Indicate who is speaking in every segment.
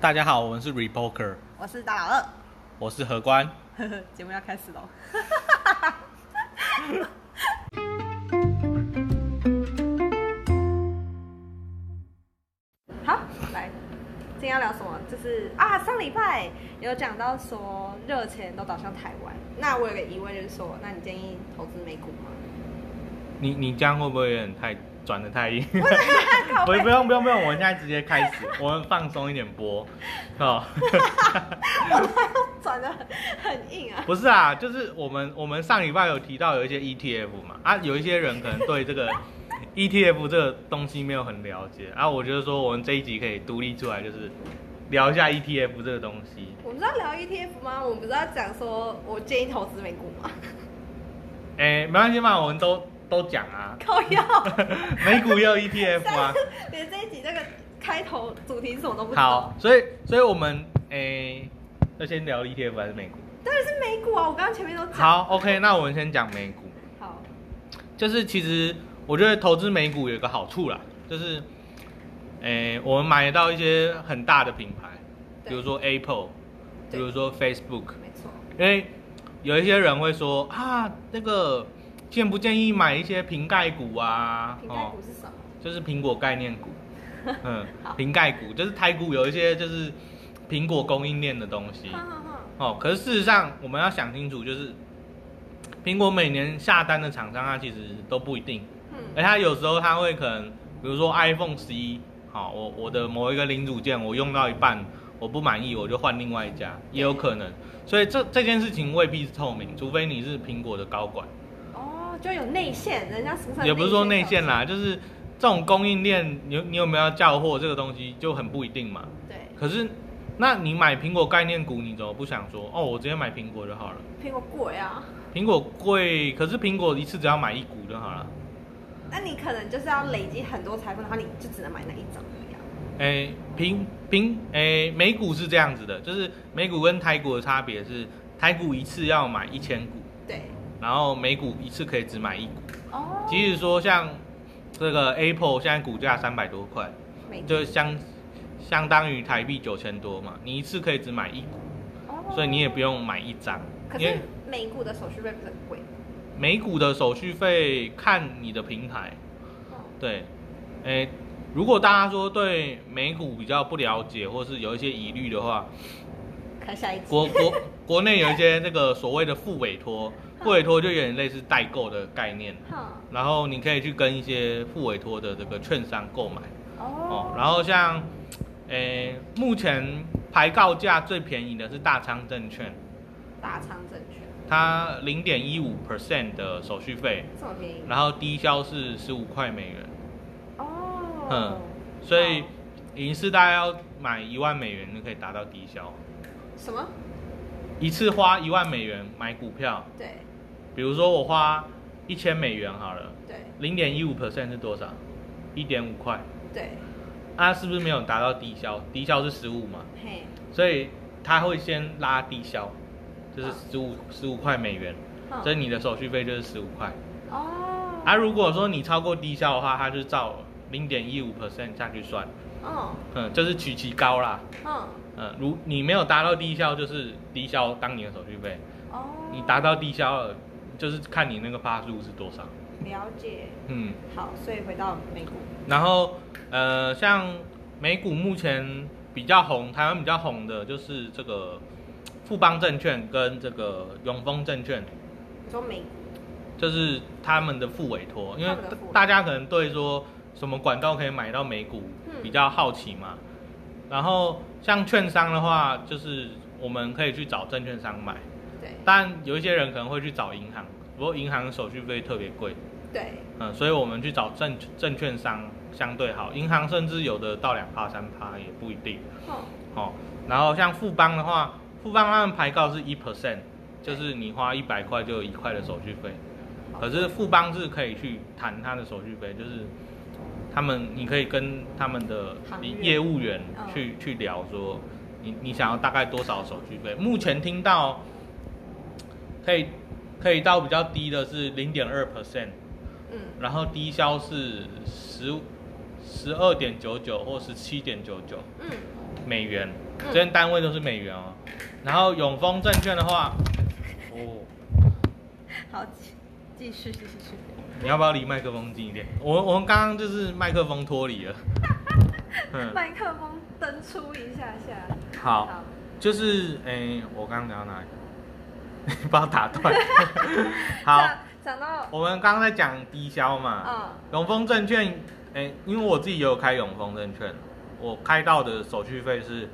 Speaker 1: 大家好，我们是 Repoker，
Speaker 2: 我是大老二
Speaker 1: 我是何官。
Speaker 2: 呵呵， 节目要开始喽。好，来，今天要聊什么？就是啊，上礼拜有讲到说热钱都导向台湾，那我有个疑问就是说，那你建议投资美股 吗？
Speaker 1: 你你这样会不会有点太转的太硬？
Speaker 2: 靠
Speaker 1: 不
Speaker 2: 背
Speaker 1: 不用不用不用，我们现在直接开始， 我们放松一点播。 哦，
Speaker 2: 转的很硬啊。
Speaker 1: 不是啊，就是我们我们上礼拜有提到有一些 ETF 嘛，啊，有一些人可能对这个 ETF 这个东西没有很了解，啊，我觉得说我们这一集可以独立出来，就是聊一下 ETF 这个东西。
Speaker 2: 我们不是要聊 ETF 吗？我们不是要讲说我建议投资美股吗？
Speaker 1: 哎、没关系嘛，我们都都讲啊，
Speaker 2: 靠腰。
Speaker 1: 美股也有 ETF 啊。
Speaker 2: 连这一集那个开头主题是什么都不知道
Speaker 1: 好。，所以所以我们诶、要先聊 ETF 还是美股？
Speaker 2: 当然是美股啊！我刚刚前面都讲。
Speaker 1: 好，OK，那我们先讲美股。
Speaker 2: 好，
Speaker 1: 就是其实我觉得投资美股有一个好处啦，就是诶、我们买得到一些很大的品牌，
Speaker 2: 对
Speaker 1: 比如说 Apple，比
Speaker 2: 对
Speaker 1: 如说 Facebook，
Speaker 2: 没错。
Speaker 1: 因为有一些人会说啊，那个建不建议买一些瓶盖股啊？
Speaker 2: 瓶盖股是什么？
Speaker 1: 就是苹果概 念股，嗯
Speaker 2: 好，
Speaker 1: 瓶盖股就是台股有一些就是苹果供应链的东西
Speaker 2: 哈哈哈。
Speaker 1: 哦。可是事实上，我们要想清楚，就是苹果每年下单的厂商，它其实都不一定，
Speaker 2: 嗯，
Speaker 1: 而它有时候它会可能，比如说 iPhone 十一，好，我我的某一个零组件我用到一半，我不满意，我就换另外一家，也有可能。所以这这件事情未必是透明，除非你是苹果的高管。
Speaker 2: 哦，就有内线，人家俗称
Speaker 1: 也不是说内线。啦，就是这种供应链，你有你有没有要交货这个东西就很不一定嘛。
Speaker 2: 对，
Speaker 1: 可是，那你买苹果概念股，你怎么不想说哦，我直接买苹果就好了？
Speaker 2: 苹果贵啊。
Speaker 1: 苹果贵，可是苹果一次只要买一股就好了。
Speaker 2: 那你可能就是要累积很多财富，然后你就只能买那一张一样。
Speaker 1: 诶、苹苹诶，美股是这样子的，就是美股跟台股的差别是，台股一次要买一千股，
Speaker 2: 对。
Speaker 1: 然后美股一次可以只买一股。
Speaker 2: 哦。
Speaker 1: 即使说像这个 Apple 现在股价三百多块，
Speaker 2: 美
Speaker 1: 就相相当于台币九千多嘛，你一次可以只买一股，
Speaker 2: 哦
Speaker 1: 所以你也不。用买一张，
Speaker 2: 可
Speaker 1: 因为
Speaker 2: 是美股的手续费不是很贵。
Speaker 1: 每股的手续费看你的平台，
Speaker 2: 哦
Speaker 1: 对，诶、如果大家说对美股比较不了解，或是有一些疑虑的话，
Speaker 2: 看下一集。
Speaker 1: 国国国内有一些那个所谓的副委托，副委托就有点类似代购的概念，
Speaker 2: 哈。
Speaker 1: 然后你可以去跟一些副委托的这个券商购买。哦，
Speaker 2: 哦。
Speaker 1: 然后像，诶、目前排告价最便宜的是大昌证券，
Speaker 2: 大仓证券
Speaker 1: 它零点一五 percent 的手续费，
Speaker 2: 这么便宜。
Speaker 1: 然后低消是十五块美元，
Speaker 2: 哦。
Speaker 1: 嗯所以
Speaker 2: 好
Speaker 1: 一次大概要买一万美元就可以达到低消，
Speaker 2: 什么？
Speaker 1: 一次花一万美元买股票，
Speaker 2: 对
Speaker 1: 比如说我花一千美元好了，
Speaker 2: 对
Speaker 1: 零点一五 percent 是多少？一点五块，
Speaker 2: 对，
Speaker 1: 啊，是不是没有达到低消？低消是十五嘛？
Speaker 2: 嘿，
Speaker 1: 所以他会先拉低消，就是
Speaker 2: 啊
Speaker 1: 十五十五块美元，
Speaker 2: 嗯
Speaker 1: 所以你的手续费就是十五块。
Speaker 2: 哦，
Speaker 1: 啊，如果说你超过低消的话，它是照零点一五 percent 下去算，
Speaker 2: 嗯
Speaker 1: 嗯，就是取其高啦，
Speaker 2: 嗯
Speaker 1: 嗯，如你没有达到低消，就是低消当你的手续费，
Speaker 2: 哦，
Speaker 1: 你达到低消了，就是看你那个趴数是多少，
Speaker 2: 了解，
Speaker 1: 嗯，
Speaker 2: 好，所以回到美股，
Speaker 1: 然后呃，像美股目前比较红，台湾比较红的就是这个富邦证券跟这个永丰证券，
Speaker 2: 你说美股
Speaker 1: 就是他们的副委托，因为
Speaker 2: 他们的副委托
Speaker 1: 大家可能对说什么管道可以买到美股
Speaker 2: 嗯
Speaker 1: 比较好奇嘛。然后像券商的话，就是我们可以去找证券商买，
Speaker 2: 对
Speaker 1: 但有一些人可能会去找银行，不过银行手续费特别贵。
Speaker 2: 对
Speaker 1: 嗯，所以我们去找证证券商相对好，银行甚至有的到两趴三趴也不一定
Speaker 2: 嗯
Speaker 1: 哦。然后像富邦的话，富邦他们排告是一 percent，就是你花一百块就有一块的手续费，
Speaker 2: 好
Speaker 1: 可是富邦是可以去谈他的手续费，就是他们你可以跟他们的
Speaker 2: 行
Speaker 1: 业
Speaker 2: 员
Speaker 1: 业务员
Speaker 2: 嗯
Speaker 1: 去、去聊说你你想要大概多少手续费，目前听到可以可以到比较低的是零点二 percent。
Speaker 2: 嗯
Speaker 1: 然后低消是十十二点九九或十七点九九
Speaker 2: 嗯，
Speaker 1: 美元，
Speaker 2: 嗯
Speaker 1: 这些单位都是美元哦。然后永丰证券的 话，哦，
Speaker 2: 好，继继续继续继续。
Speaker 1: 你要不要离麦克风近一点？我我们刚刚就是麦克风脱 离了。嗯，
Speaker 2: 麦克风登出一下下。
Speaker 1: 好，就是诶、我刚刚讲到哪里？ 把我打 断。好，
Speaker 2: 讲，讲到
Speaker 1: 我们刚刚在讲低消嘛。
Speaker 2: 嗯
Speaker 1: 永丰证券，哎、因为我自己也有开永丰证券，我开到的手续费是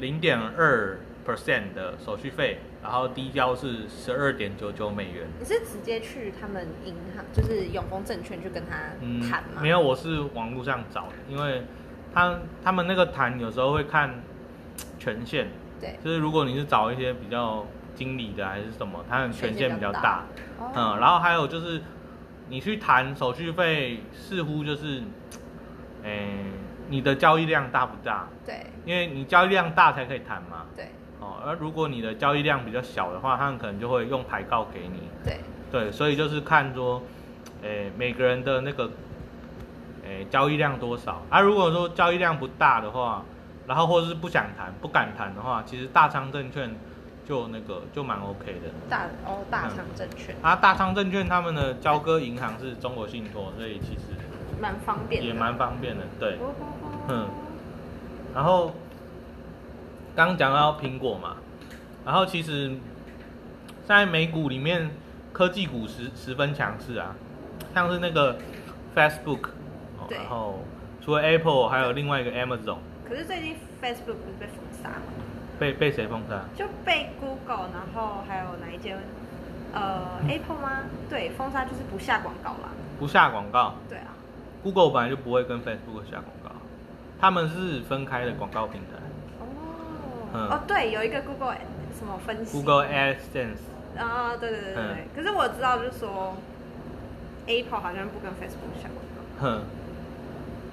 Speaker 1: 零点二 percent 的手续费，然后低交是十二点九九美元。
Speaker 2: 你是直接去他们银行，就是永丰证券去跟他
Speaker 1: 嗯
Speaker 2: 谈吗？，
Speaker 1: 没有，我是网络上找的，因为他他们那个谈有时候会看权限，
Speaker 2: 对，
Speaker 1: 就是如果你是找一些比较经理的还是什么，他的权限比较大。
Speaker 2: 哦
Speaker 1: 嗯，然后还有就是，你去谈手续费，似乎就是，诶、你的交易量大不大？
Speaker 2: 对
Speaker 1: 因为你交易量大才可以谈嘛。
Speaker 2: 对
Speaker 1: 哦，而如果你的交易量比较小的话，他们可能就会用排告给你。
Speaker 2: 对，
Speaker 1: 对，所以就是看说，诶、每个人的那个，诶、交易量多少啊？如果说交易量不大的话，然后或是不想谈、不敢谈的话，其实大仓证券就那个就蛮 OK 的。
Speaker 2: 大哦大昌证券
Speaker 1: 啊，大昌证券他们的交割银行是中国信托，所以其实
Speaker 2: 蛮方便的，
Speaker 1: 也蛮方便的。对，
Speaker 2: 哦哦哦
Speaker 1: 嗯然后刚讲到苹果嘛，然后其实在美股里面，科技股十十分强势啊，像是那个 Facebook，、哦、
Speaker 2: 对
Speaker 1: 然后除了 Apple，还有另外一个 Amazon
Speaker 2: 可是最近 Facebook 不是被封杀吗？
Speaker 1: 被被谁封杀？
Speaker 2: 就被 Google，然后还有哪一间？呃，Apple 吗？对，封杀就是不下广告啦。
Speaker 1: 不下广告
Speaker 2: 对啊，
Speaker 1: ，Google 本来就不会跟 Facebook 下广告，他们是分开的广告平台
Speaker 2: 哦，
Speaker 1: 嗯
Speaker 2: 哦，对，有一个 Google 什么分析
Speaker 1: ，Google AdSense。
Speaker 2: 啊、对对对对对。可是我知道，就是说 Apple 好像不跟 Facebook 下广告。
Speaker 1: 哼，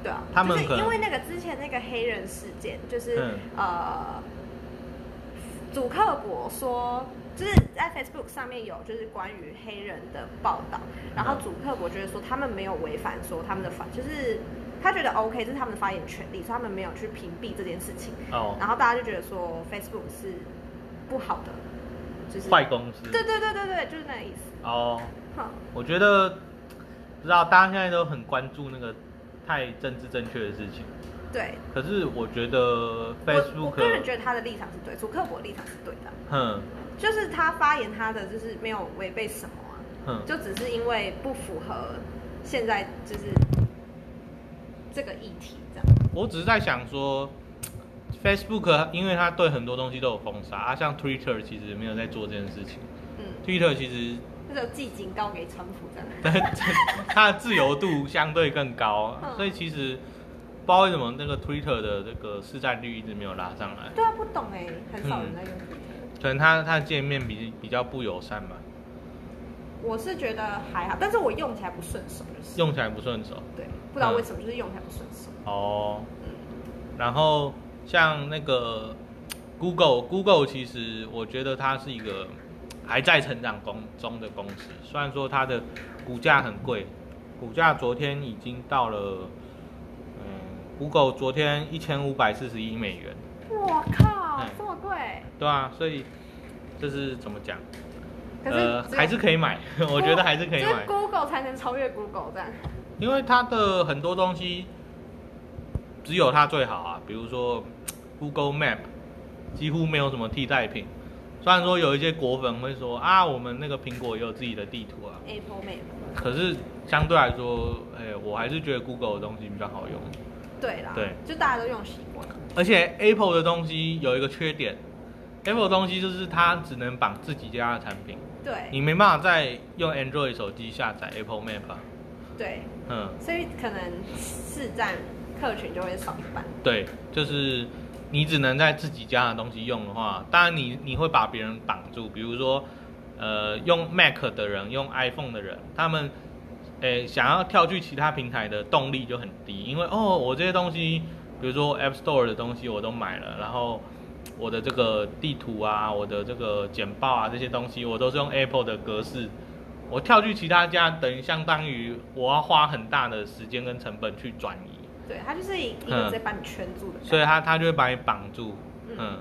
Speaker 2: 对啊，
Speaker 1: 他们
Speaker 2: 就是
Speaker 1: 可能
Speaker 2: 因为那个之前那个黑人事件，就是、
Speaker 1: 嗯
Speaker 2: 呃，主克伯说，就是在 Facebook 上面有就是关于黑人的报道，然后
Speaker 1: 嗯
Speaker 2: 主克伯觉得说他们没有违反说他们的法，就是他觉得 OK，这是他们的发言权利，所以他们没有去屏蔽这件事情，
Speaker 1: 哦，
Speaker 2: 然后大家就觉得说 Facebook 是不好的，就是
Speaker 1: 坏公司。
Speaker 2: 对对对对对，就是那个意思。
Speaker 1: 哦，
Speaker 2: 好，
Speaker 1: 我觉得不知道大家现在都很关注那个太政治正确的事情，
Speaker 2: 对，
Speaker 1: 可是我觉得
Speaker 2: 我我个人
Speaker 1: Facebook，
Speaker 2: 觉得他的立场是对，主克伯立场是对的啊。
Speaker 1: 哼
Speaker 2: 就是他发言他的就是没有违背什么啊，
Speaker 1: 哼，
Speaker 2: 就只是因为不符合现在就是这个议题这样。
Speaker 1: 我只是在想说。Facebook 因为它对很多东西都有封杀啊，像 Twitter 其实没有在做这件事情。
Speaker 2: 嗯，
Speaker 1: Twitter 其实
Speaker 2: 那就寄警告给川普这样。
Speaker 1: 它的自由度相对更高，
Speaker 2: 嗯
Speaker 1: 所以其实不知道为什么那个 Twitter 的这个市占率一直没有拉上来。
Speaker 2: 对啊，不懂哎、很少人在用 Twitter
Speaker 1: 可能它它的界面比比较不友善吧，
Speaker 2: 我是觉得还好，但是我用起来不顺手，就是
Speaker 1: 用起来不顺手。
Speaker 2: 对，不知道为什么，就是用起来不顺手。
Speaker 1: 哦，
Speaker 2: 嗯，
Speaker 1: 然后像那个 Google，Google 其实我觉得它是一个还在成长公中的公司，虽然说它的股价很贵，股价昨天已经到了，嗯，Google 昨天一千五百四十一美元，
Speaker 2: 我靠
Speaker 1: 嗯，
Speaker 2: 这么贵，
Speaker 1: 对啊，所以这是怎么讲？
Speaker 2: 可是、
Speaker 1: 呃，还是可以买，我觉得还是可以
Speaker 2: 就是
Speaker 1: 买，
Speaker 2: Google 才能超越 Google 这样。
Speaker 1: 因为它的很多东西只有它最好啊，比如说 Google Map 几乎没有什么替代品。虽然说有一些果粉会说啊，我们那个苹果也有自己的地图啊，
Speaker 2: Apple Map，
Speaker 1: 可是相对来说，哎、我还是觉得 Google 的东西比较好用。
Speaker 2: 对啦，
Speaker 1: 对，
Speaker 2: 就大家都用习惯。
Speaker 1: 而且 Apple 的东西有一个缺点，Apple 的东西就是它只能绑自己家的产品，
Speaker 2: 对，
Speaker 1: 你没办法再用 Android 手机下载 Apple Map 啊、
Speaker 2: 对，
Speaker 1: 嗯，
Speaker 2: 所以可能市占客群就会少一半。
Speaker 1: 对，就是你只能在自己家的东西用的话，当然你你会把别人绑住，比如说，呃，用 Mac 的人，用 iPhone 的人，他们，诶、想要跳去其他平台的动力就很低，因为哦，我这些东西，比如说 App Store 的东西我都买了，然后我的这个地图啊，我的这个简报啊这些东西，我都是用 Apple 的格式。我跳去其他家，等于相当于我要花很大的时间跟成本去转移。
Speaker 2: 对，它就是一一个直接把你圈住的感觉。
Speaker 1: 所以它它就会把你绑住。
Speaker 2: 嗯
Speaker 1: 嗯，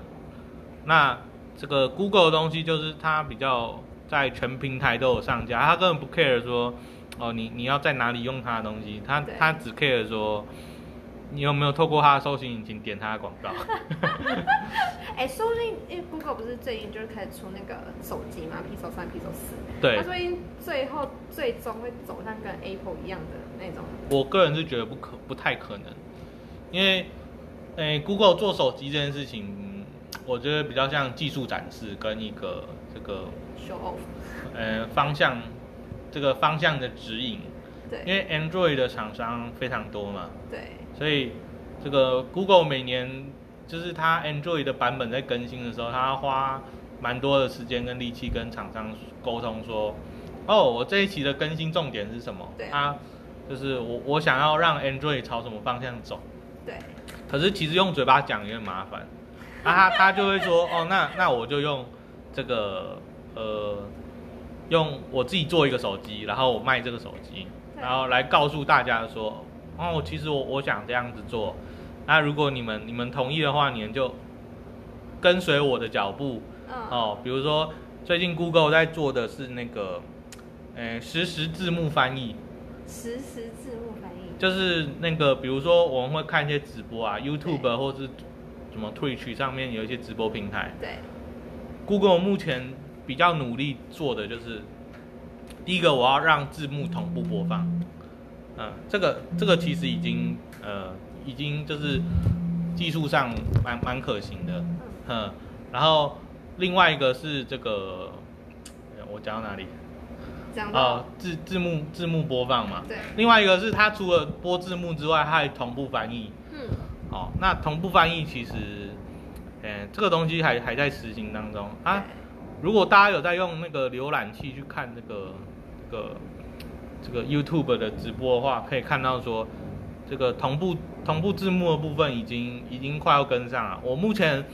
Speaker 1: 那这个 Google 的东西就是它比较在全平台都有上架，它根本不 care 说哦你你要在哪里用它的东西，它
Speaker 2: 对
Speaker 1: 它只 care 说你有没有透过它的搜寻引擎点它的广告。
Speaker 2: 哎，说不定因为 Google 不是最近就是开始出那个手机嘛，Pixel 三、Pixel 四，
Speaker 1: 对
Speaker 2: 它说不定最后最终会走向跟 Apple 一样的那种。
Speaker 1: 我个人是觉得不可不太可能，因为诶、Google 做手机这件事情，嗯我觉得比较像技术展示跟一个这个
Speaker 2: show off。
Speaker 1: 呃方向这个方向的指引。因
Speaker 2: 对
Speaker 1: 为 Android 的厂商非常多嘛，
Speaker 2: 对，
Speaker 1: 所以这个 Google 每年就是它 Android 的版本在更新的时候，它花蛮多的时间跟力气跟厂商沟通说，哦，我这一期的更新重点是什么？
Speaker 2: 对
Speaker 1: 它就是我我想要让 Android 朝什么方向走。
Speaker 2: 对，
Speaker 1: 可是其实用嘴巴讲也很麻烦，啊，他他就会说，哦，那那我就用这个呃，用我自己做一个手机，然后我卖这个手机，
Speaker 2: 对
Speaker 1: 然后来告诉大家说，哦，其实我我想这样子做，那如果你们你们同意的话，你们就跟随我的脚步
Speaker 2: 嗯，
Speaker 1: 哦，比如说最近 Google 在做的是那个，呃，实时字幕翻译，
Speaker 2: 实时字幕翻译，
Speaker 1: 就是那个，比如说我们会看一些直播啊，YouTube 或是什么 Twitch 上面有一些直播平台。
Speaker 2: 对
Speaker 1: Google 目前比较努力做的就是，第一个我要让字幕同步播放，嗯，这个这个其实已经呃已经就是技术上蛮蛮可行的，嗯，然后另外一个是这个，呃我讲到哪里？
Speaker 2: 讲
Speaker 1: 啊
Speaker 2: 到，
Speaker 1: 字字幕字幕播放嘛。
Speaker 2: 对
Speaker 1: 另外一个是它除了播字幕之外，它还同步翻译。
Speaker 2: 嗯，
Speaker 1: 哦，那同步翻译其实，嗯、这个东西还还在实行当中啊。如果大家有在用那个浏览器去看这个这个这个 YouTube 的直播的话，可以看到说，这个同步同步字幕的部分已经已经快要跟上了。我目前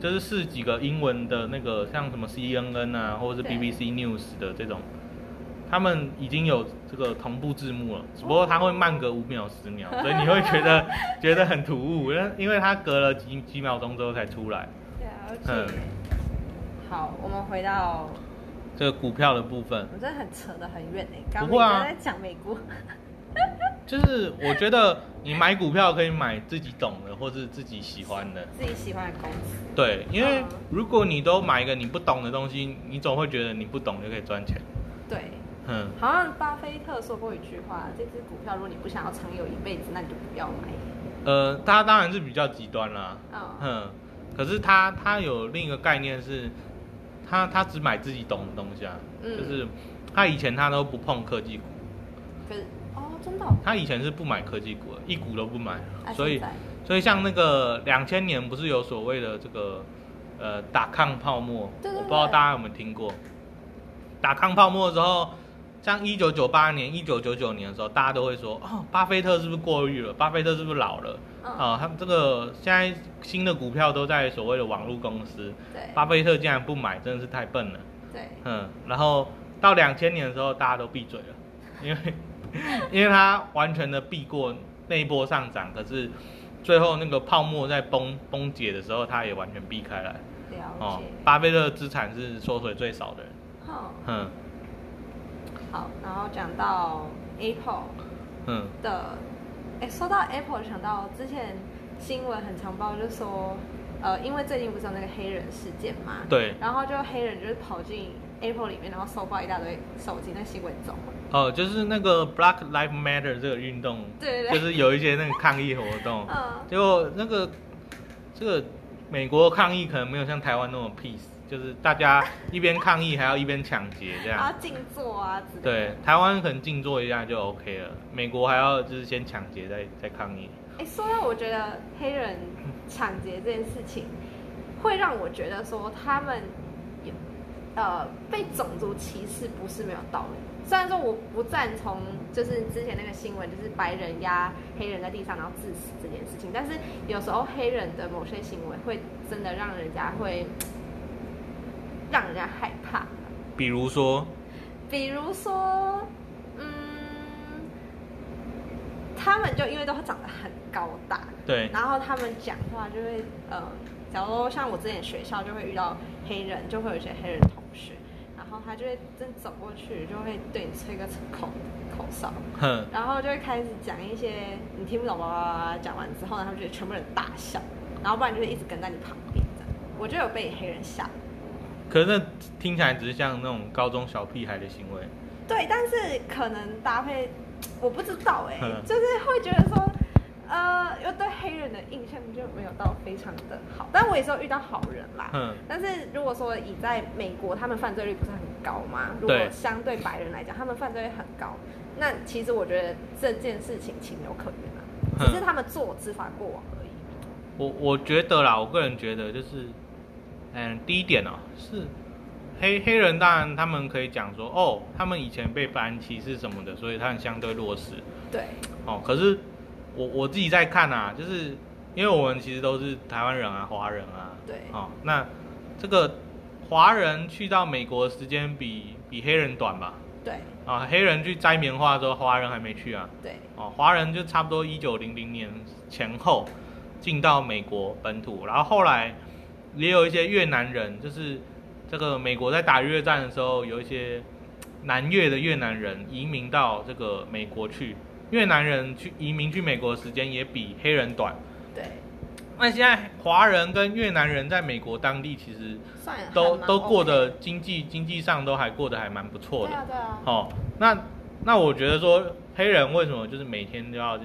Speaker 1: 就是试几个英文的那个，像什么 CNN 啊，或者是
Speaker 2: 对
Speaker 1: BBC News 的这种，他们已经有这个同步字幕了，只不过它会慢个五秒十秒，所以你会觉得觉得很突兀，因为因为它隔了几几秒钟之后才出来。
Speaker 2: 了
Speaker 1: 嗯
Speaker 2: 解。好，我们回到，
Speaker 1: 这个股票的部分，
Speaker 2: 我真的很扯得很远哎，刚
Speaker 1: 不会啊
Speaker 2: 刚在讲美国，
Speaker 1: 就是我觉得你买股票可以买自己懂的或是自己喜欢的，
Speaker 2: 自己喜欢的公司，
Speaker 1: 对，因为
Speaker 2: 嗯
Speaker 1: 如果你都买一个你不懂的东西，你总会觉得你不懂就可以赚钱。
Speaker 2: 对。
Speaker 1: 嗯，
Speaker 2: 好像巴菲特说过一句话：这只股票如果你不想要长有一辈子，那你就不要买。
Speaker 1: 呃，他当然是比较极端啦，
Speaker 2: 嗯，
Speaker 1: 嗯，可是他他有另一个概念是，他他只买自己懂的东西啊，
Speaker 2: 嗯
Speaker 1: 就是他以前他都不碰科技股，
Speaker 2: 可是哦，真的哦，
Speaker 1: 他以前是不买科技股的，一股都不买
Speaker 2: 啊，
Speaker 1: 所以
Speaker 2: 现在
Speaker 1: 所以像那个两千年不是有所谓的这个呃打抗泡沫，
Speaker 2: 对对
Speaker 1: 我不知道
Speaker 2: 对
Speaker 1: 大家有没有听过。打抗泡沫之后，像一九九八年、一九九九年的时候，大家都会说哦，巴菲特是不是过誉了？巴菲特是不是老了？
Speaker 2: 嗯
Speaker 1: 啊、他这个现在新的股票都在所谓的网络公司，
Speaker 2: 对
Speaker 1: 巴菲特竟然不买，真的是太笨了。
Speaker 2: 对
Speaker 1: 嗯，然后到两千年的时候，大家都闭嘴了，因为 因为它完全的避过那一波上涨，可是最后那个泡沫在崩崩解的时候，它也完全避开来。
Speaker 2: 了
Speaker 1: 哦
Speaker 2: 解。，
Speaker 1: 巴菲特的资产是缩水最少的人。
Speaker 2: 好，
Speaker 1: 嗯
Speaker 2: 好，然后讲到 Apple。
Speaker 1: 嗯，
Speaker 2: 的，哎，说到 Apple，想到之前新闻很常报，就说，呃，因为最近不是有那个黑人事件嘛，
Speaker 1: 对，
Speaker 2: 然后就黑人就是跑进 Apple 里面，然后搜刮一大堆手机，那新闻中，
Speaker 1: 哦，就是那个 Black Lives Matter 这个运动，
Speaker 2: 对对
Speaker 1: 就
Speaker 2: 对，
Speaker 1: 是有一些那个抗议活动，
Speaker 2: 嗯，
Speaker 1: 结果那个这个美国抗议可能没有像台湾那么 peace，就是大家一边抗议还要一边抢劫这样。
Speaker 2: 然后静坐啊之类的，
Speaker 1: 对，台湾可能静坐一下就 OK 了，美国还要就是先抢劫再再抗议。
Speaker 2: 哎，说到我觉得黑人抢劫这件事情，会让我觉得说他们有呃被种族歧视不是没有道理。虽然说我不赞同，就是之前那个新闻，就是白人压黑人在地上然后致死这件事情，但是有时候黑人的某些行为会真的让人家会让人家害怕。
Speaker 1: 比如说，
Speaker 2: 比如说，嗯，他们就因为都长得很高大，
Speaker 1: 对
Speaker 2: 然后他们讲话就会呃，假如像我之前学校就会遇到黑人，就会有一些黑人同学，然后他就会真走过去，就会对你吹个口口哨，
Speaker 1: 哼，
Speaker 2: 然后就会开始讲一些你听不懂，叭叭叭叭，讲完之后呢，他们就全部人大笑，然后不然就会一直跟在你旁边这样。我就有被黑人吓，
Speaker 1: 可是那听起来只是像那种高中小屁孩的行为，
Speaker 2: 对，但是可能搭配，我不知道哎、
Speaker 1: 嗯
Speaker 2: 就是会觉得说，呃，又对黑人的印象就没有到非常的好，但我也是有遇到好人啦。
Speaker 1: 哼，
Speaker 2: 但是如果说以在美国，他们犯罪率不是很高嘛？如果
Speaker 1: 对
Speaker 2: 相对白人来讲，他们犯罪率很高，那其实我觉得这件事情情有可原啊，
Speaker 1: 哼
Speaker 2: 只是他们做执法过往而已。
Speaker 1: 我我觉得啦，我个人觉得就是，嗯，第一点哦、是黑黑人，当然他们可以讲说，哦，他们以前被反歧视什么的，所以他们相对弱势
Speaker 2: 对，
Speaker 1: 哦。可是我我自己在看啊，就是因为我们其实都是台湾人啊、华人啊，
Speaker 2: 对
Speaker 1: 哦，那这个华人去到美国的时间比比黑人短吧？
Speaker 2: 对，
Speaker 1: 啊，黑人去摘棉花的时候，华人还没去啊。
Speaker 2: 对，
Speaker 1: 哦，华人就差不多一九零零年前后进到美国本土，然后后来也有一些越南人，就是这个美国在打越战的时候，有一些南越的越南人移民到这个美国去。越南人去移民去美国的时间也比黑人短。
Speaker 2: 对，
Speaker 1: 那现在华人跟越南人在美国当地其实
Speaker 2: 算还
Speaker 1: 都
Speaker 2: 蛮
Speaker 1: 都过
Speaker 2: OK
Speaker 1: 得经济经济上都还过得还蛮不错的
Speaker 2: 对。啊，对啊，
Speaker 1: 哦，那那我觉得说黑人为什么就是每天都要自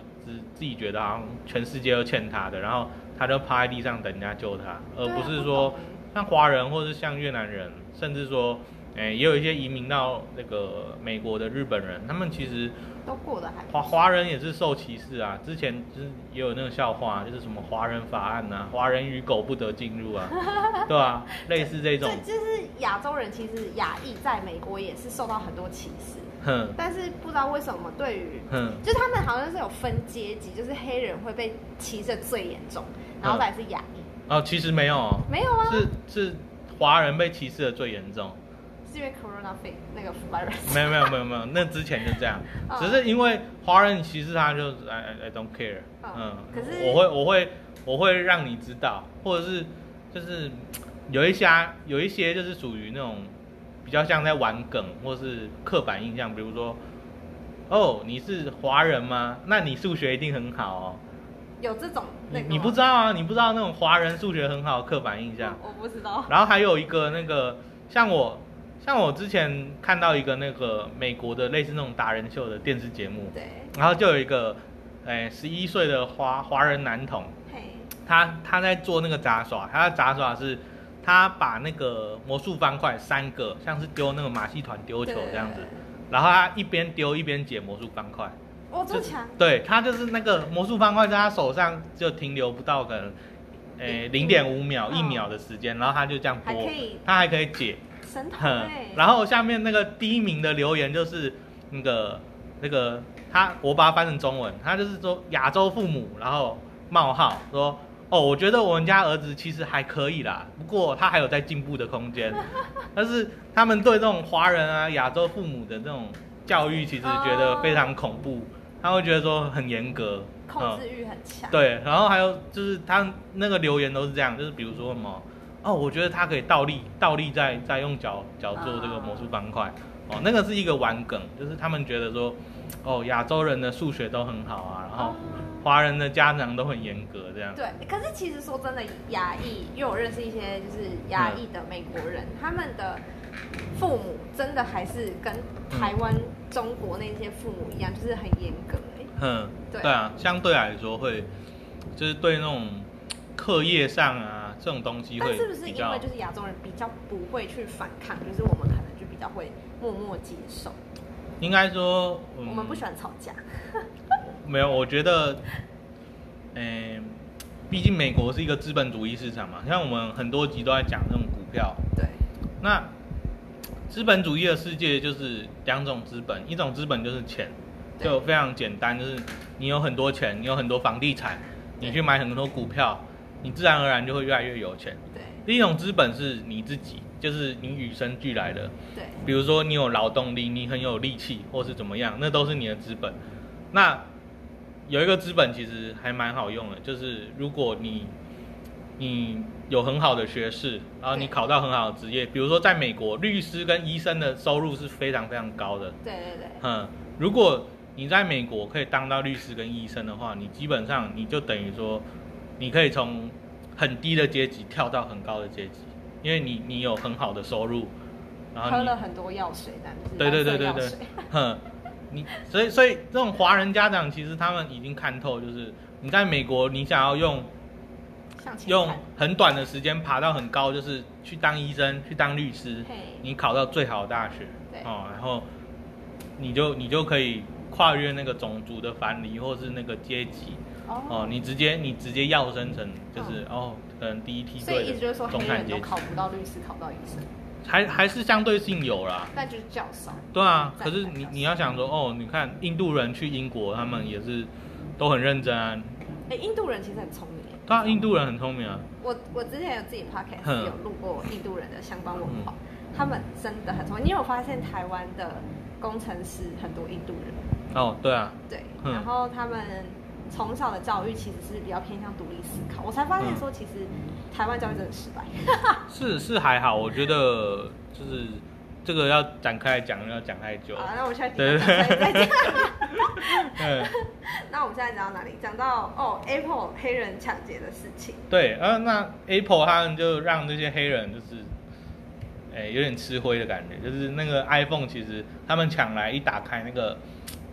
Speaker 1: 自己觉得好像全世界都欠他的，然后他就趴在地上等人家救他，而
Speaker 2: 对啊
Speaker 1: 不是
Speaker 2: 不
Speaker 1: 说
Speaker 2: 懂
Speaker 1: 像华人或是像越南人，甚至说，哎、也有一些移民到那个美国的日本人，他们其实
Speaker 2: 都过得还
Speaker 1: 华华人也是受歧视啊。之前就是也有那个笑话，啊就是什么华人法案呐、啊，华人与狗不得进入 啊，对啊，类似这种
Speaker 2: 对，，就是亚洲人其实亚裔在美国也是受到很多歧视，
Speaker 1: 哼
Speaker 2: 但是不知道为什么对于
Speaker 1: 哼，
Speaker 2: 就是他们好像是有分阶级，就是黑人会被歧视得最严重，然后再来是亚裔，
Speaker 1: 哦，其实没有哦、
Speaker 2: 没有啊，
Speaker 1: 嗯是是华人被歧视的最严重，
Speaker 2: 是因为 corona f 那个 virus，
Speaker 1: 没有没有没有没 有，那之前就这样，
Speaker 2: 嗯
Speaker 1: 只是因为华人歧视他就 I I I don't care，
Speaker 2: 嗯
Speaker 1: 嗯，
Speaker 2: 可是
Speaker 1: 我会我会我会让你知道，或者是就是有一些啊有一些就是属于那种比较像在玩梗或是刻板印象，比如说哦你是华人吗？那你数学一定很好哦，
Speaker 2: 有这种那
Speaker 1: 你
Speaker 2: 个吗
Speaker 1: 你不知道啊，你不知道那种华人数学很好的刻板印象。
Speaker 2: 我不知道，
Speaker 1: 然后还有一个那个，像我像我之前看到一个那个美国的类似那种达人秀的电视节目，
Speaker 2: 对，
Speaker 1: 然后就有一个，哎，十一岁的华华人男童，
Speaker 2: 嘿，
Speaker 1: 他他在做那个杂耍，他的杂耍是。他把那个魔术方块三个，像是丢那个马戏团丢球
Speaker 2: 对
Speaker 1: 这样子，然后他一边丢一边解魔术方块，
Speaker 2: 我哦这
Speaker 1: 就
Speaker 2: 么强，
Speaker 1: 对他就是那个魔术方块在他手上就停留不到可能，诶零点五秒
Speaker 2: 嗯
Speaker 1: 一秒的时间，然后他就这样
Speaker 2: 还
Speaker 1: 拨
Speaker 2: 可以，
Speaker 1: 他还可以解，
Speaker 2: 神童
Speaker 1: 哼
Speaker 2: 哎，，
Speaker 1: 然后下面那个第一名的留言就是那个那个他，我把它翻成中文，他就是说亚洲父母，然后冒号说哦，我觉得我们家儿子其实还可以啦，不过他还有在进步的空 间。但是他们对这种华人啊、亚洲父母的这种教育，其实觉
Speaker 2: 哦
Speaker 1: 得非常恐怖，他会觉得说很严格，
Speaker 2: 控
Speaker 1: 嗯
Speaker 2: 制欲很强，
Speaker 1: 对，然后还有就是他那个留言都是这样，就是比如说什么，哦，我觉得他可以倒立，倒立再再用脚脚做这个魔术方块，哦，那个是一个玩梗，就是他们觉得说，哦，亚洲人的数学都很好啊，然后
Speaker 2: 哦
Speaker 1: 华人的家长都很严格这样，
Speaker 2: 对，可是其实说真的，亚裔，因为我认识一些就是亚裔的美国人，他们的父母真的还是跟台湾、中国那些父母一样，就是很严格、欸。
Speaker 1: 嗯，
Speaker 2: 对
Speaker 1: 对啊，相对来说会，就是对那种课业上啊这种东西
Speaker 2: 但
Speaker 1: 会
Speaker 2: 是不是
Speaker 1: 比
Speaker 2: 因
Speaker 1: 较
Speaker 2: 为就是亚洲人比较不会去反抗，就是我们可能就比较会默默接受，
Speaker 1: 应该说，嗯
Speaker 2: 我们不喜欢吵架。
Speaker 1: 没有，我觉得，嗯、毕竟美国是一个资本主义市场嘛，像我们很多集都在讲这种股票。
Speaker 2: 对
Speaker 1: 那资本主义的世界就是两种资本，一种资本就是钱，
Speaker 2: 对
Speaker 1: 就非常简单，就是你有很多钱，你有很多房地产，你
Speaker 2: 对
Speaker 1: 去买很多股票，你自然而然就会越来越有钱。
Speaker 2: 对
Speaker 1: 另一种资本是你自己，就是你与生俱来的，
Speaker 2: 对
Speaker 1: 比如说你有劳动力，你很有力气，或是怎么样，那都是你的资本。那有一个资本其实还蛮好用的，就是如果你你有很好的学士，然后你
Speaker 2: 对
Speaker 1: 考到很好的职业，比如说在美国，律师跟医生的收入是非常非常高的。
Speaker 2: 对对对，
Speaker 1: 嗯，如果你在美国可以当到律师跟医生的话，你基本上你就等于说，你可以从很低的阶级跳到很高的阶级，因为你你有很好的收入，然后
Speaker 2: 喝
Speaker 1: 你
Speaker 2: 了很多药水，但是
Speaker 1: 对对对对
Speaker 2: 蓝
Speaker 1: 对
Speaker 2: 色药水，
Speaker 1: 哼，你所以所以这种华人家长其实他们已经看透，就是你在美国，你想要用
Speaker 2: 向前
Speaker 1: 用
Speaker 2: 看
Speaker 1: 很短的时间爬到很高，就是去当医生、去当律师，
Speaker 2: 嘿，
Speaker 1: 你考到最好的大学
Speaker 2: 对，
Speaker 1: 哦，然后你就你就可以跨越那个种族的藩篱或是那个阶级，
Speaker 2: 哦，嗯
Speaker 1: 哦，你直接你直接要升成就是、哦，可能第一梯
Speaker 2: 所
Speaker 1: 队
Speaker 2: 以意思就
Speaker 1: 的
Speaker 2: 是说
Speaker 1: 中
Speaker 2: 黑
Speaker 1: 产
Speaker 2: 人
Speaker 1: 阶
Speaker 2: 都
Speaker 1: 级，
Speaker 2: 考不到律师，考不到医生，
Speaker 1: 还还是相对性有啦。
Speaker 2: 那就是较少。
Speaker 1: 对啊，
Speaker 2: 在
Speaker 1: 可是
Speaker 2: 在
Speaker 1: 你
Speaker 2: 较
Speaker 1: 你
Speaker 2: 少
Speaker 1: 要想说，哦，你看印度人去英国，他们也是都很认真啊。
Speaker 2: 哎，印度人其实很聪明耶。
Speaker 1: 对啊，印度嗯人很聪明啊。
Speaker 2: 我我之前有自己 podcast
Speaker 1: 哼
Speaker 2: 有录过印度人的相关文化，他们真的很聪明。你有发现台湾的工程师很多印度人，
Speaker 1: 哦，对啊，
Speaker 2: 对，
Speaker 1: 哼
Speaker 2: 然后他们从小的教育其实是比较偏向独立思考。我才发现
Speaker 1: 嗯
Speaker 2: 说，其实台湾教育真的失败。
Speaker 1: 是是还好，我觉得就是这个要展开来讲，要讲太久。
Speaker 2: 好，啊那我们下一题
Speaker 1: 对
Speaker 2: 再见再见。
Speaker 1: 嗯，
Speaker 2: 那我们现在讲到哪里？讲到哦，Apple 黑人抢劫的事情。
Speaker 1: 对，呃，那 Apple 他们就让这些黑人就是，哎、有点吃灰的感觉，就是那个 iPhone 其实他们抢来一打开那个，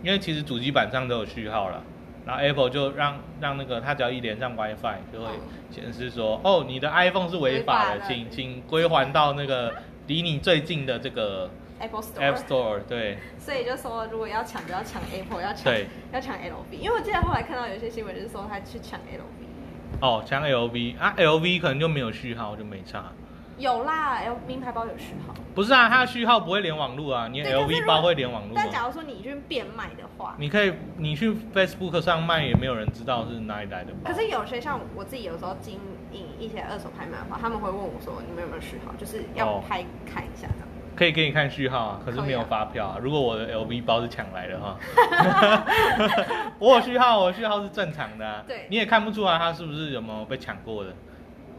Speaker 1: 因为其实主机板上都有序号了，然后 Apple 就让让那个他只要一连上 WiFi 就会
Speaker 2: 嗯
Speaker 1: 显示说，哦，你的 iPhone 是违法
Speaker 2: 违
Speaker 1: 的，
Speaker 2: 法的
Speaker 1: 请请归还到那个离你最近的这个
Speaker 2: Apple Store，,
Speaker 1: App Store，对
Speaker 2: 所以就说如果要抢，就要抢 Apple，要抢
Speaker 1: 对，
Speaker 2: 要抢 LV，因为我记得后来看到有些新闻就是说他去抢 LV，
Speaker 1: 哦，抢 LV 啊，LV 可能就没有序号就没差。
Speaker 2: 有啦，L 名牌包有序号，
Speaker 1: 不是啊，它的序号不会连网路啊，你的
Speaker 2: 对但是
Speaker 1: LV
Speaker 2: 如
Speaker 1: 包
Speaker 2: 果
Speaker 1: 会连网路吗？啊
Speaker 2: 但假如说你去变卖的话，
Speaker 1: 你可以，你去 Facebook 上卖，也没有人知道是哪里来的包。
Speaker 2: 可是有些像我自己有时候经营一些二手拍卖的话，他们会问我说你们有没有序号，就是要
Speaker 1: 哦
Speaker 2: 拍看一下这样。
Speaker 1: 可以给你看序号啊，可是
Speaker 2: 可以啊
Speaker 1: 没有发票啊。如果我的 LV 包是抢来的哈， 我有序号，我的序号是正常的、啊。
Speaker 2: 对
Speaker 1: 你也看不出来它是不是有没有被抢过的。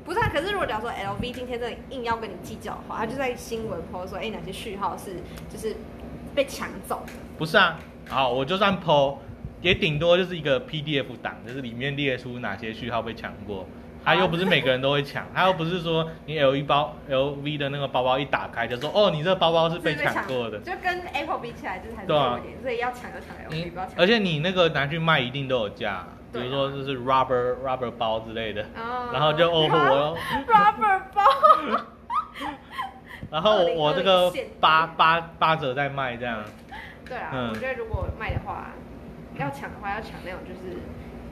Speaker 2: 不是啊，可是如果假如说 LV 今天真的硬要跟你计较的话，他就在新闻 po 说，哎、哪些序号是就是被抢走的，
Speaker 1: 不是啊，好，我就算 PO，也顶多就是一个 PDF 档，就是里面列出哪些序号被抢过。他又不是每个人都会抢，他又不是说你 LV 包 LV 的那个包包一打开就说哦，你这包包是被抢过的。
Speaker 2: 就跟 Apple 比起来，就是还是
Speaker 1: 对啊嗯
Speaker 2: 弱一点，所以要抢就抢 LV，
Speaker 1: 你
Speaker 2: 不要抢。
Speaker 1: 而且你那个拿去卖一定都有价，比
Speaker 2: 对啊
Speaker 1: 如说就是 rubber rubber 包之类的，
Speaker 2: 啊
Speaker 1: 然后就哦 我，
Speaker 2: rubber 包，
Speaker 1: 然后
Speaker 2: 2020
Speaker 1: 我这个
Speaker 2: 限定
Speaker 1: 八八八折再卖这样，
Speaker 2: 对啊，
Speaker 1: 嗯
Speaker 2: 我觉得如果卖的话，要抢的话要抢那种就是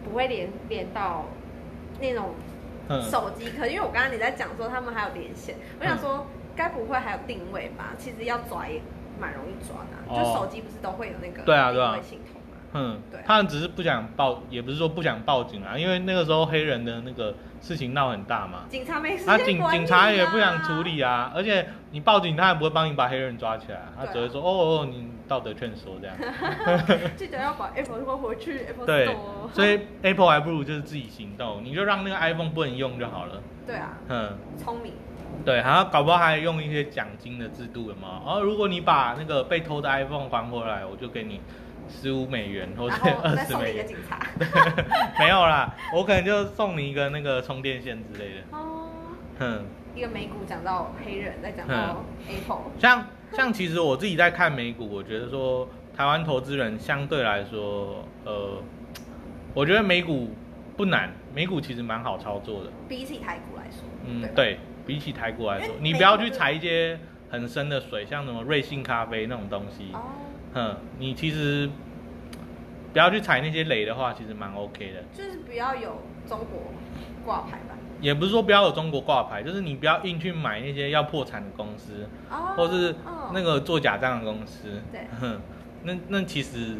Speaker 2: 不会连连到那种
Speaker 1: 嗯，
Speaker 2: 手机壳，因为我刚刚你在讲说他们还有连线，我想
Speaker 1: 嗯
Speaker 2: 说该不会还有定位吧？其实要抓也蛮容易抓的啊、
Speaker 1: 哦
Speaker 2: 就手机不是都会有那个
Speaker 1: 对啊对啊
Speaker 2: 定位系统嘛。
Speaker 1: 嗯
Speaker 2: 对啊，
Speaker 1: 他们只是不想报，也不是说不想报警啊，因为那个时候黑人的那个事情闹很大嘛，
Speaker 2: 警察没时
Speaker 1: 那
Speaker 2: 间
Speaker 1: 啊警
Speaker 2: 管你啊
Speaker 1: 警察也不想处理啊，而且你报警，他也不会帮你把黑人抓起来，他
Speaker 2: 对啊
Speaker 1: 只会说哦哦，你道德劝说 这样，
Speaker 2: 记得要把 Apple 拖回去 Apple
Speaker 1: 对
Speaker 2: Store，。
Speaker 1: 所以 Apple 还不如就是自己行动，你就让那个 iPhone 不能用就好了，
Speaker 2: 对啊，
Speaker 1: 嗯。
Speaker 2: 聪明。
Speaker 1: 对，然后搞不好还用一些奖金的制度，有没有？然、后如果你把那个被偷的 iPhone 还回来，我就给你十五美元或者
Speaker 2: 然后
Speaker 1: 二
Speaker 2: 再
Speaker 1: 十
Speaker 2: 送你
Speaker 1: 美
Speaker 2: 一个
Speaker 1: 元。
Speaker 2: 警 察。
Speaker 1: 没有啦，我可能就送你一个那个充电线之类的。
Speaker 2: 哦，
Speaker 1: 哼，
Speaker 2: 一个美股讲到黑人，再讲到
Speaker 1: 嗯
Speaker 2: Apple，
Speaker 1: 像像其实我自己在看美股，我觉得说台湾投资人相对来说，呃，我觉得美股不难，美股其实蛮好操作的。
Speaker 2: 比起台股来说，
Speaker 1: 嗯
Speaker 2: 对，吧，
Speaker 1: 对，比起台股来说
Speaker 2: 因为，
Speaker 1: 你
Speaker 2: 美
Speaker 1: 不要
Speaker 2: 股
Speaker 1: 去
Speaker 2: 是
Speaker 1: 踩一些很深的水，像什么瑞幸咖啡那种东西。
Speaker 2: 哦，
Speaker 1: 嗯，你其实不要去踩那些雷的话，其实蛮 OK 的。
Speaker 2: 就是不要有中国挂牌吧。
Speaker 1: 也不是说不要有中国挂牌，就是你不要硬去买那些要破产的公司，
Speaker 2: 哦，
Speaker 1: 或是
Speaker 2: 嗯
Speaker 1: 那个做假账的公司。
Speaker 2: 对
Speaker 1: 哼，那那其实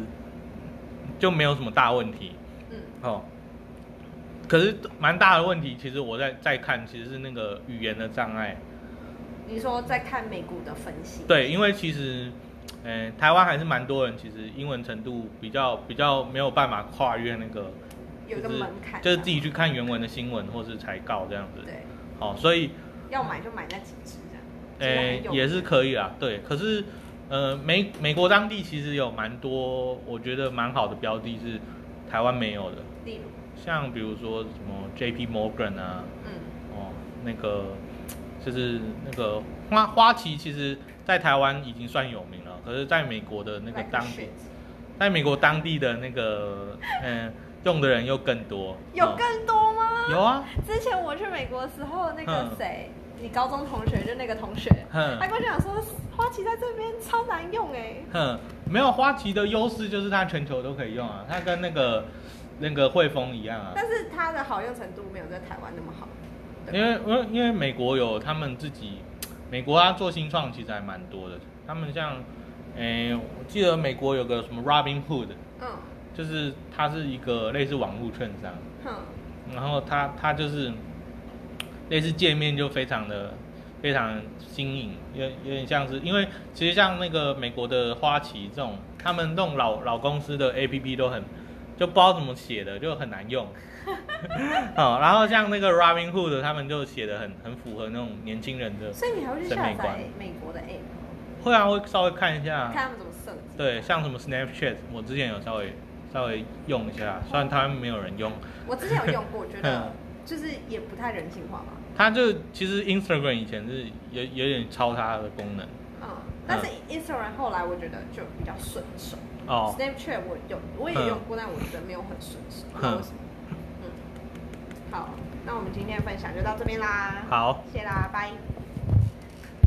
Speaker 1: 就没有什么大问题
Speaker 2: 嗯，
Speaker 1: 哦。可是蛮大的问题，其实我在在看，其实是那个语言的障碍。
Speaker 2: 你说在看美股的分析，
Speaker 1: 对，因为其实呃，台湾还是蛮多人，其实英文程度比较比较没有办法跨越那个，
Speaker 2: 有一个
Speaker 1: 就是
Speaker 2: 门槛啊，
Speaker 1: 就是自己去看原文的新闻或是财告这样子。
Speaker 2: 对，
Speaker 1: 好、所以
Speaker 2: 要买就买那几只这样。
Speaker 1: 呃
Speaker 2: 其实很有
Speaker 1: 也是可以啦，对。可是呃美美国当地其实有蛮多，我觉得蛮好的标的是台湾没有的，
Speaker 2: 例如，
Speaker 1: 像比如说什么 J P Morgan 啊，
Speaker 2: 嗯，
Speaker 1: 哦，那个就是那个花花旗，其实在台湾已经算有名了，可是在美国的那个
Speaker 2: Like a
Speaker 1: 当地嗯
Speaker 2: shit，
Speaker 1: 在美国当地的那个嗯、用的人又更多，
Speaker 2: 有
Speaker 1: 哦
Speaker 2: 更多吗？
Speaker 1: 有啊，
Speaker 2: 之前我去美国的时候，那个
Speaker 1: 嗯
Speaker 2: 谁，你高中同学就那个同学，
Speaker 1: 哼
Speaker 2: 他跟我讲说，花旗在这边超难用哎。
Speaker 1: 哼，没有花旗的优势就是它全球都可以用啊，它跟那个那个汇丰一样啊，
Speaker 2: 但是它的好用程度没有在台湾那么好，
Speaker 1: 因为因为因为美国有他们自己，美国啊做新创其实还蛮多的，他们像诶、我记得美国有个什么 Robinhood。
Speaker 2: 嗯
Speaker 1: 就是它是一个类似网络券商，
Speaker 2: 哼，
Speaker 1: 然后它它就是类似界面就非常的非常新颖，有有点像是因为其实像那个美国的花旗这种，他们那种老老公司的 A P P 都很就不知道怎么写的，就很难用。 哦，然后像那个 Robinhood，他们就写的很很符合那种年轻人的。
Speaker 2: 所以你还会去
Speaker 1: 审
Speaker 2: 下
Speaker 1: 美
Speaker 2: 载
Speaker 1: 观
Speaker 2: 美国的 app，
Speaker 1: 会啊，会稍微看一下
Speaker 2: 看。他们怎么设计。
Speaker 1: 对，像什么 Snapchat，我之前有稍微稍微用一下，虽然他们没有人用。
Speaker 2: 我之前有用过，我觉得
Speaker 1: 嗯
Speaker 2: 就是也不太人性化吧，
Speaker 1: 它就其实 Instagram 以前是有有点超它的功能
Speaker 2: 嗯，但是 Instagram 后来我觉得就比较顺手。
Speaker 1: 哦，
Speaker 2: Snapchat 我有我也用过，但我觉得没有很顺手，不知道为什么。嗯嗯，好，那我们今天的分享就到这边啦，
Speaker 1: 好，
Speaker 2: 谢啦，拜。